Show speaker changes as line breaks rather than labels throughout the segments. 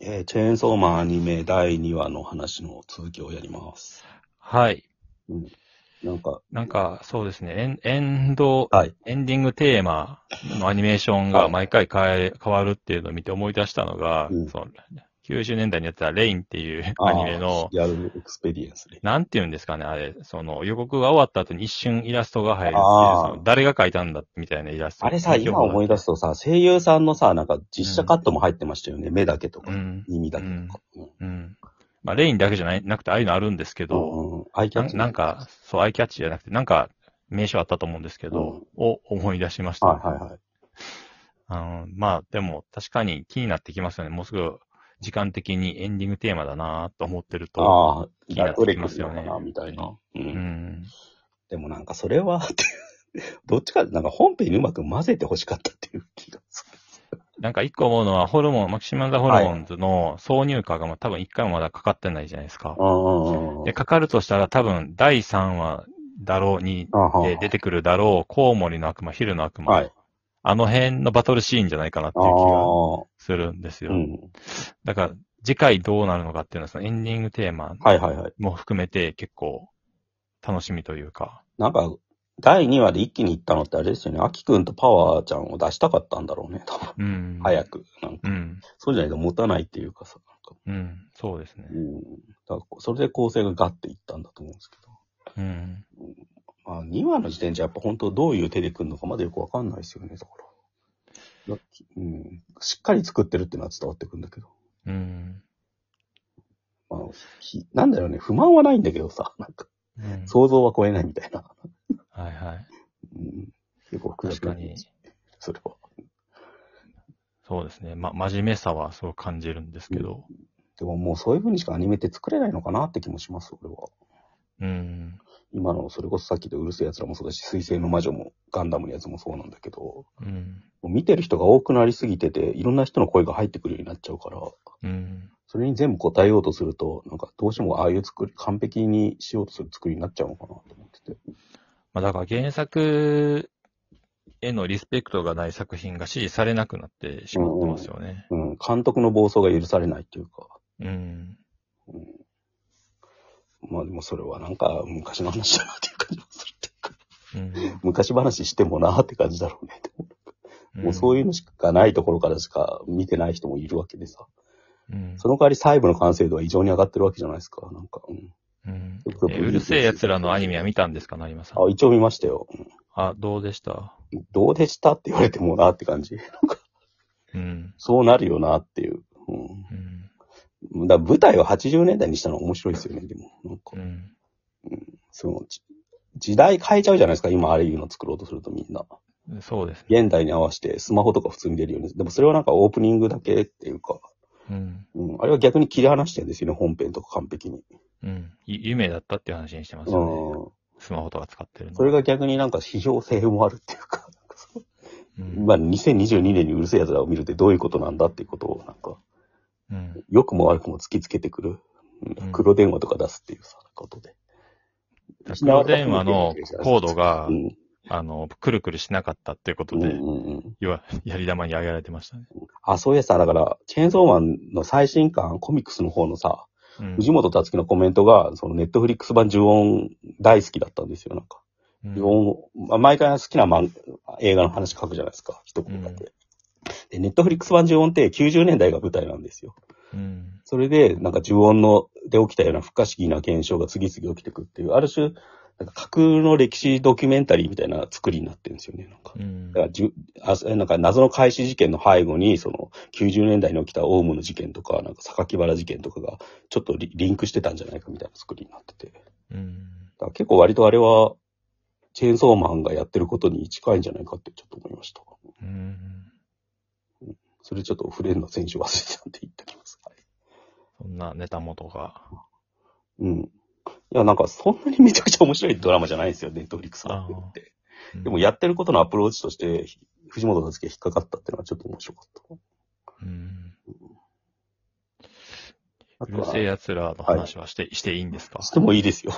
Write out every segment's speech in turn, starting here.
えーチェーンソーマンアニメ第2話の話の続きをやります。
はい。
なんか、
なんか、そうですね。エンエンド、
はい
エンディングテーマのアニメーション
は
が
い
毎回変え、変わるっていうのを見て思い出したのが、
うん
その90年代にやってたレインっていう
あー
アニメの、
リアルエクスペリエンスで。
なんて言うんですかね、あれ、その予告が終わった後に一瞬イラストが入るっていう
あー
その誰が描いたんだみたいなイラスト。
あれさ、今思い出すとさ、声優さんのさ、なんか実写カットも入ってましたよね。目だけとか、
うん。
耳だけとか。うん
うん。まあ、レインだけじゃないなくて、ああいうのあるんですけど、
うんうんアイキャ
な
ッチ
なん、か、そう、アイキャッチじゃなくて、なんか、名称あったと思うんですけど、を思い出しました。
はいはいはい。
あの、まあ、でも、確かに気になってきますよね。もうすぐ、時間的にエンディングテーマだなと思ってると。
ああ、
気になってきますよね
誰どれ来るのかなみたいな。う。
うんん。
でもなんかそれは、 どっちか、なんか本編にうまく混ぜて欲しかったっていう気がする。
なんか一個思うのは、ホルモン、マキシマムザホルモンズの挿入歌がまあ多分一回もまだかかってないじゃないですか。
あ
で、かかるとしたら多分第3話だろうに、
あ
で出てくるだろう、コウモリの悪魔、昼の悪魔。
はい。
あの辺のバトルシーンじゃないかなっていう気が
あ
するんです
あ、
よ。
うん。
だから、次回どうなるのかっていうのは、そのエンディングテーマ
はいはいはい。
も含めて結構楽しみというか。
なんか、第2話で一気に行ったのってあれですよね。アキくんとパワーちゃんを出したかったんだろうね、多分。
うん。
早。く。なんか、
うん。
そうじゃないと持たないっていうかさ、なんか、
うん。そうですね
う。ん。だからそれで構成がガッていったんだと思うんですけど。
うん。
まあ、2話の時点じゃやっぱ本当どういう手で組るのかまだよくわかんないですよね、だから。だうん。しっかり作ってるってのは伝わってくるんだけど。
うん。
まあ、ひなんだろうね、不満はないんだけどさ、なんか、
うん
想像は超えないみたいな。
はいはい。
うん。結構複雑
確か
な
に、
それは。
そうですね。ま、真面目さはそう感じるんですけど。
でももうそういう風にしかアニメって作れないのかなって気もします、俺は。
うん。
今の、それこそさっきでうるせえ奴らもそうだし、水星の魔女もガンダムのやつもそうなんだけど、も
うん。
う見てる人が多くなりすぎてて、いろんな人の声が入ってくるようになっちゃうから、
うん。
それに全部答えようとすると、なんかどうしてもああいう作り、完璧にしようとする作りになっちゃうのかなと思ってて。
まあ、だから原作へのリスペクトがない作品が支持されなくなってしまってますよね。
うん、監督の暴走が許されないっていうか、
うん。
まあでもそれはなんか昔の話だなっていう感じもするっていうか、
うん。
昔話してもなーって感じだろうね。もうそういう
う
のしかないところからしか見てない人もいるわけでさ。
ん。
その代わり細部の完成度は異常に上がってるわけじゃないですか。なんか、うん。
うん
よく
えうるせえ奴らのアニメは見たんですか、成馬さん。
あ、一応見ましたよ。うん
あ、どうでした
どうでしたって言われてもなって感じ。
うん。
そうなるよなっていう。うん
うん。
だから舞台を80年代にしたのは面白いですよね、でも。なんか
う、ん。
その、じ時代変えちゃうじゃないですか、今ああいうの作ろうとするとみんな。
そうですね。
現代に合わせてスマホとか普通に出るように。でもそれはなんかオープニングだけっていうか、
うん。
うん、あれは逆に切り離してるんですよね、本編とか完璧に。
うん。ゆ夢だったっていう話にしてますよね。
うん。
スマホとか使ってるの。
それが逆になんか批評性もあるっていうか、なんかそう
うん。
まあ、2022年にうるせえ奴らを見るってどういうことなんだっていうことを、なんか、
うん。
良くも悪くも突きつけてくる。
うん
黒電話とか出すっていうさ、ことで。
黒電話のコードが
う、ん。
あの、くるくるしなかったっていうこ
う
と
んう
で、
んうん。
要は、 やり玉に挙げられてましたね。
あ、そういやさ、だから、チェーンソーマンの最新刊、コミックスの方のさ、
うん。
藤本達樹のコメントが、そのネットフリックス版呪音大好きだったんですよ、なんか。
うん
呪音を、まあ、毎回好きな漫映画の話書くじゃないですか、一言だけ。で、ネットフリックス版呪音って90年代が舞台なんですよ。
うん。
それで、なんか呪音の、で起きたような不可思議な現象が次々起きてくっていう、ある種、なんか架空の歴史ドキュメンタリーみたいな作りになってるんですよね、なんか。
うん
だからじゅあそなんか謎の開始事件の背後に、その90年代に起きたオウムの事件とか、なんか榊原事件とかがちょっとリリンクしてたんじゃないかみたいな作りになってて。だか
うん。
ら結構割とあれは、チェーンソーマンがやってることに近いんじゃないかってちょっと思いました。
うん。
それちょっとフレンの選手忘れちゃって言ってきます。はい
そんなネタ元が。
うん。いや、なんかそんなにめちゃくちゃ面白いドラマじゃないんですよ、ネットフリックス
あ
は
ー
って。
うん
でも、やってることのアプローチとして、ひ藤本達樹が引っかかったっていうのはちょっと面白かっ
うん。
た。あ
う
と
る
は
せえ、奴らの話はして、していいんですか
してもいいですよ。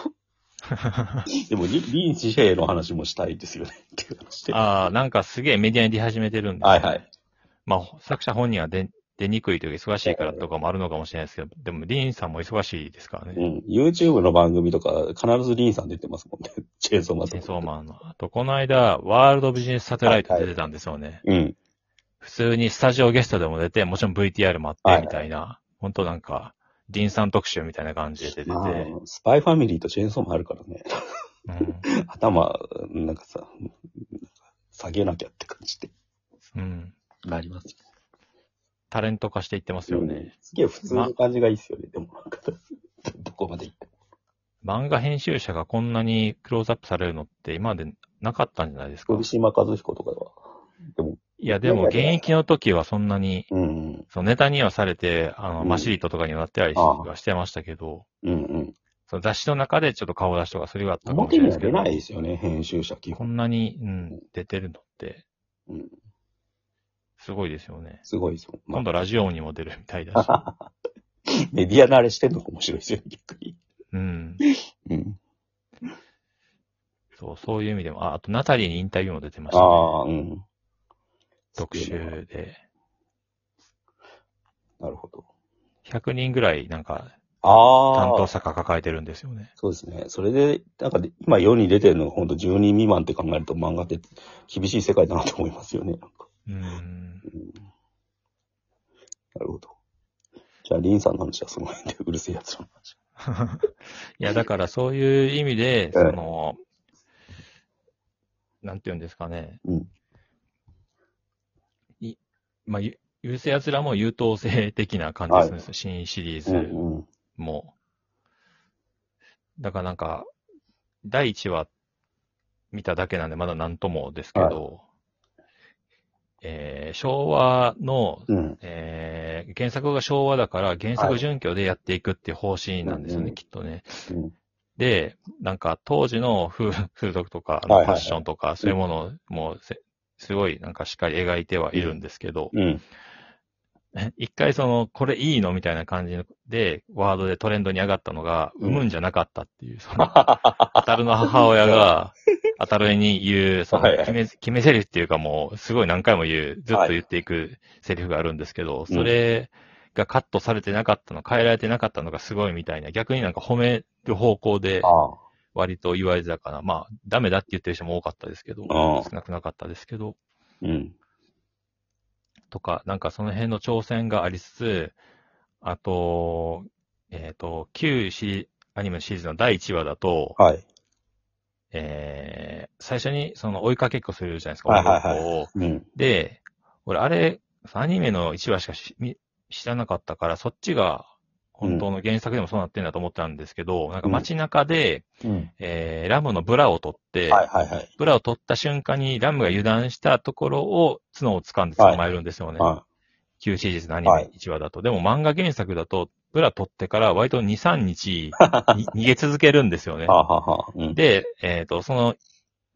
でも、リリン・シヘイの話もしたいですよね、っていう話で。
ああ、なんかすげえメディアに出始めてるんです、ね、
はいはい。
まあ、作者本人はで出にくいというか忙しいからとかもあるのかもしれないですけど、でも、リーンさんも忙しいですから
う
ね。
ん。YouTube の番組とか、必ずリンさん出てますもんね。 チェーンソーマン
チ
と
ェ
か
ンソーマンの。あと、この間、ワールドビジネスサテライト出てたんですよね。
うん。
普通にスタジオゲストでも出て、もちろん VTR もあっ
はい
て、みたいな、本当なんか、リンさん特集みたいな感じで出てて、
まあ、スパイファミリーとチェーンソーマンあるからね。
うん
頭、なんかさ、下げなきゃって感じで。
うん。
なります
タレント化していってますよね。。
すげえ普通の感じがいいっすよね。でもなんか、どこまで行っても。
漫画編集者がこんなにクローズアップされるのって今までなかったんじゃないですか。
鳥島和彦とかは。でも、
いや、でも現役の時はそんなに、
うん、
そのネタにはされて、あ
う
の、
ん
マシリトとかになってたりはしてましたけど、
うん、うん。
その雑誌の中でちょっと顔出しとかそれがあったかもし
表には
れないですけ
出
ど、
ないですよね、編集者基
こ
本。
んなに、うん、出てるのって、
うん、
すごいですよね。
すごいですよ。ま
今
あ、
度ラジオにも出るみた いだし。
メディア慣れしてんのが面白いですよね、逆に。
うん。
うん。
そう、そういう意味でも、あ、あとナタリーにインタビューも出てました、ね。
ああ、うん。
特
すげえ
集で。
な。なるほど。
100人ぐらい、なんか、担
あ
当
あ、
者が抱えてるんですよね。
そうですね。それで、なんかで、今世に出てるのが本当10人未満って考えると漫画って厳しい世界だなと思いますよね。なんか
うん。
なるほど。じゃあ、リンさんの話はその辺でうるせえやつの話。
いや、だからそういう意味で、
ええ
その、なんていうんですかね。
うん
いまあ、ゆ優勢奴らも優等生的な感じですね。新シリー
うん
ズ
うん。
も。だからなんか、第1話見ただけなんで、まだなんともですけど、えー昭和の
うん。
えー原作が昭和だから原
は
作
い
準拠でやっていくっていう方針なんですよね、
うんうん
きっとね。
うん
で、なんか当時の風 風俗とか、
は
あ
い
の
はい
フ
はい
ァッションとか、そういうものをもうせすごいなんかしっかり描いてはいるんですけど、
うん。
一回その、これいいのみたいな感じで、ワードでトレンドに上がったのが、
うん
産むんじゃなかったっていう、その、当たるの母親 が、当たるに言う、そ
はい
の
はい
決め、決め台詞っていうかもう、すごい何回も言う、ずっと言っていく台詞があるんですけど、それがカットされてなかったの、変えられてなかったのがすごいみたいな、逆になんか褒める方向で、
ああ。
割と言われてたかな。まあ、ダメだって言ってる人も多かったですけど、
ああ
少なくなかったですけど、
うん。
とか、なんかその辺の挑戦がありつつ、あと、えっ、と、旧シリアニメのシリーズの第1話だと、
はい。
えー、最初にその追いかけっこするじゃないですか、
はいはいはい
男の子を
うん。
で、俺あれ、アニメの1話しかしみ知らなかったから、そっちが本当の原作でもそうなってんだと思ってたんですけど、なんか街中で、
うん。
えー、ラムのブラを取って、
はいはいはい。
ブラを取った瞬間にラムが油断したところを角を掴んで捕まえるんですよね。
は
旧シリーズのアニメ1話だと。でも漫画原作だと、ブラ取ってから割と2、3日 に逃げ続けるんですよね
い。。はあ、はあはあ、うん。
で、えっ、と、その、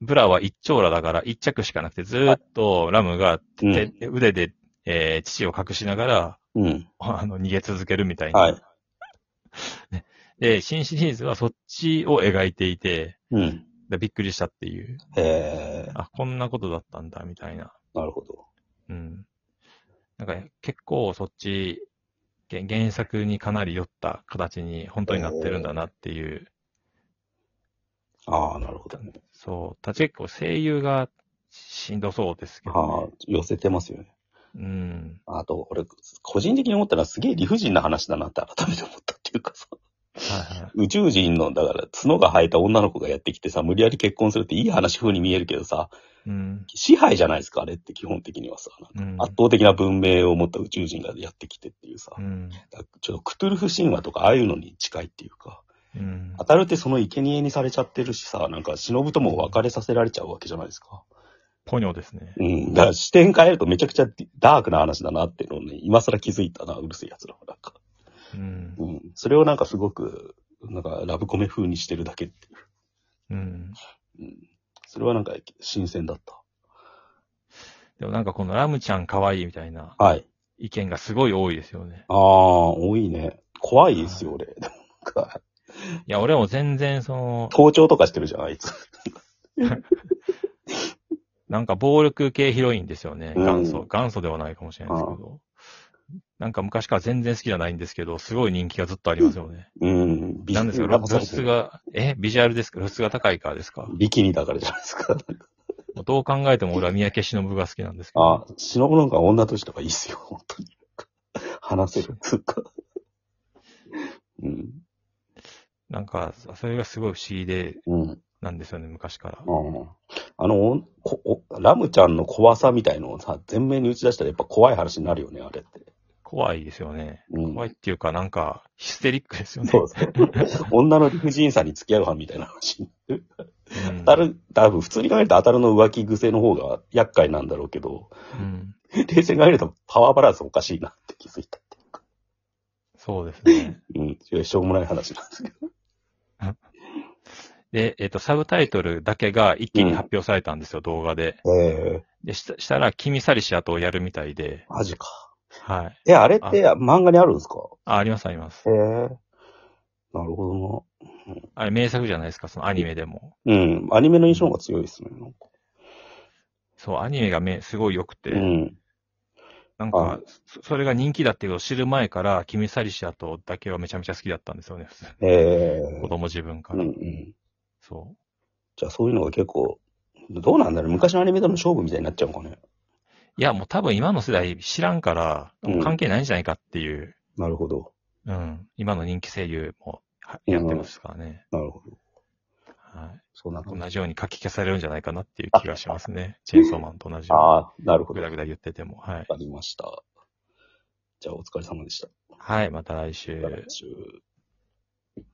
ブラは一丁羅だから一着しかなくて、ずーっとラムが
うん
手、腕で、えー、父を隠しながら、
うん。
あの、逃げ続けるみたいな。
はい。
で、新シリーズはそっちを描いていて、
うん。
でびっくりしたっていう。
へえ、
あ、こんなことだったんだ、みたいな。
なるほど。
うん。なんか結構そっち、げ原作にかなり酔った形に本当になってるんだなっていう。
ああ、なるほど、ね。
そう。ただ結構声優がしんどそうですけど、
はあ、寄せてますよね。
うん。
あと、俺、個人的に思ったのはすげえ理不尽な話だなって改めて思ったっていうかさ、
はいはい。
宇宙人の、だから角が生えた女の子がやってきてさ、無理やり結婚するっていい話風に見えるけどさ、
うん。
支配じゃないですか、あれって基本的にはさ、
うん。
圧倒的な文明を持った宇宙人がやってきてっていうさ、
うん。
だからちょっとクトゥルフ神話とかああいうのに近いっていうか、
うん
当たるってその生贄にされちゃってるしさ、なんか忍ぶとも別れさせられちゃうわけじゃないですか。
ポニョですね。
うん。だから視点変えるとめちゃくちゃダークな話だなっていうのをね、今更気づいたな、うるせえ奴らはなんか。
うん。
うん。それをなんかすごく、なんかラブコメ風にしてるだけっていう。
うん。
うん。それはなんか新鮮だった。
でもなんかこのラムちゃん可愛いみたいな
はい。
意見がすごい多いですよね。
ああ、多いね。怖いですよ、俺。でもなんか、
いや、俺も全然その、
盗聴とかしてるじゃん、あいつ。
なんか暴力系ヒロインですよね。
うん
元祖、元祖ではないかもしれないですけど。なんか昔から全然好きじゃないんですけど、すごい人気がずっとありますよね。
うん。ビ
なんですか
な
露
んかそう
露
です
出
ね
が、えビジュアルですか露出が高いからですか
ビキニだからじゃないですか。
もうどう考えても俺は三宅忍が好きなんですけ
あ
ど。、
忍の方が女としてはいいっすよ、本当に。話せるつうか。 うん。
なんか、それがすごい不思議で、
うん。
なんですよね、昔から。
うんあの、おこおラムちゃんの怖さみたいのをさ、全面に打ち出したらやっぱ怖い話になるよね、あれって。
怖いですよね。
うん。
怖いっていうか、なんか、ヒステリックですよね。
そうそう。女の理不尽さに付き合う犯みたいな話。
うん
当たる、多分普通に考えると当たるの浮気癖の方が厄介なんだろうけど、
うん
冷静に考えるとパワーバランスおかしいなって気づいたっていうか。
そうですね。
うんいや。しょうもない話なんですけど。
で、えっ、と、サブタイトルだけが一気に発表されたんで すよ、動画で。
ええ
で、したしたら、君サリシアとやるみたいで。
マジか。
はい。
え、あれって漫画にあるんですか
あ、ありますあります。
へえ。なるほ
あれ名作じゃないですか、そのアニメでも。
どな。うん。アニメの印象が強いですね。なんか
そう、アニメがめすごい良くて、
うん。
なん
あ
か、そそれが人気だっていうのを知る前から、君サリシアとだけはめちゃめちゃ好きだったんですよね、普通
ええ
子供自分か
うんう
ら。
ん。
そう。
じゃあそういうのが結構、どうなんだろう昔のアニメとの勝負みたいになっちゃうのかね。
いや、もう多分今の世代知らんから、
うん
もう関係ないんじゃないかっていう、
なるほど。
うん、今の人気声優もはやってますからね。
なるほど。
はい。
そうなんか。
同じように書き消されるんじゃないかなっていう気がしますね。チェーンソーマンと同じよ
ああ、なる
う
ほ
に。ぐ
ど。わ
だぐだ言ってても。はい。
かりました。じゃあお疲れ様でした。
はい、また来週。
また来週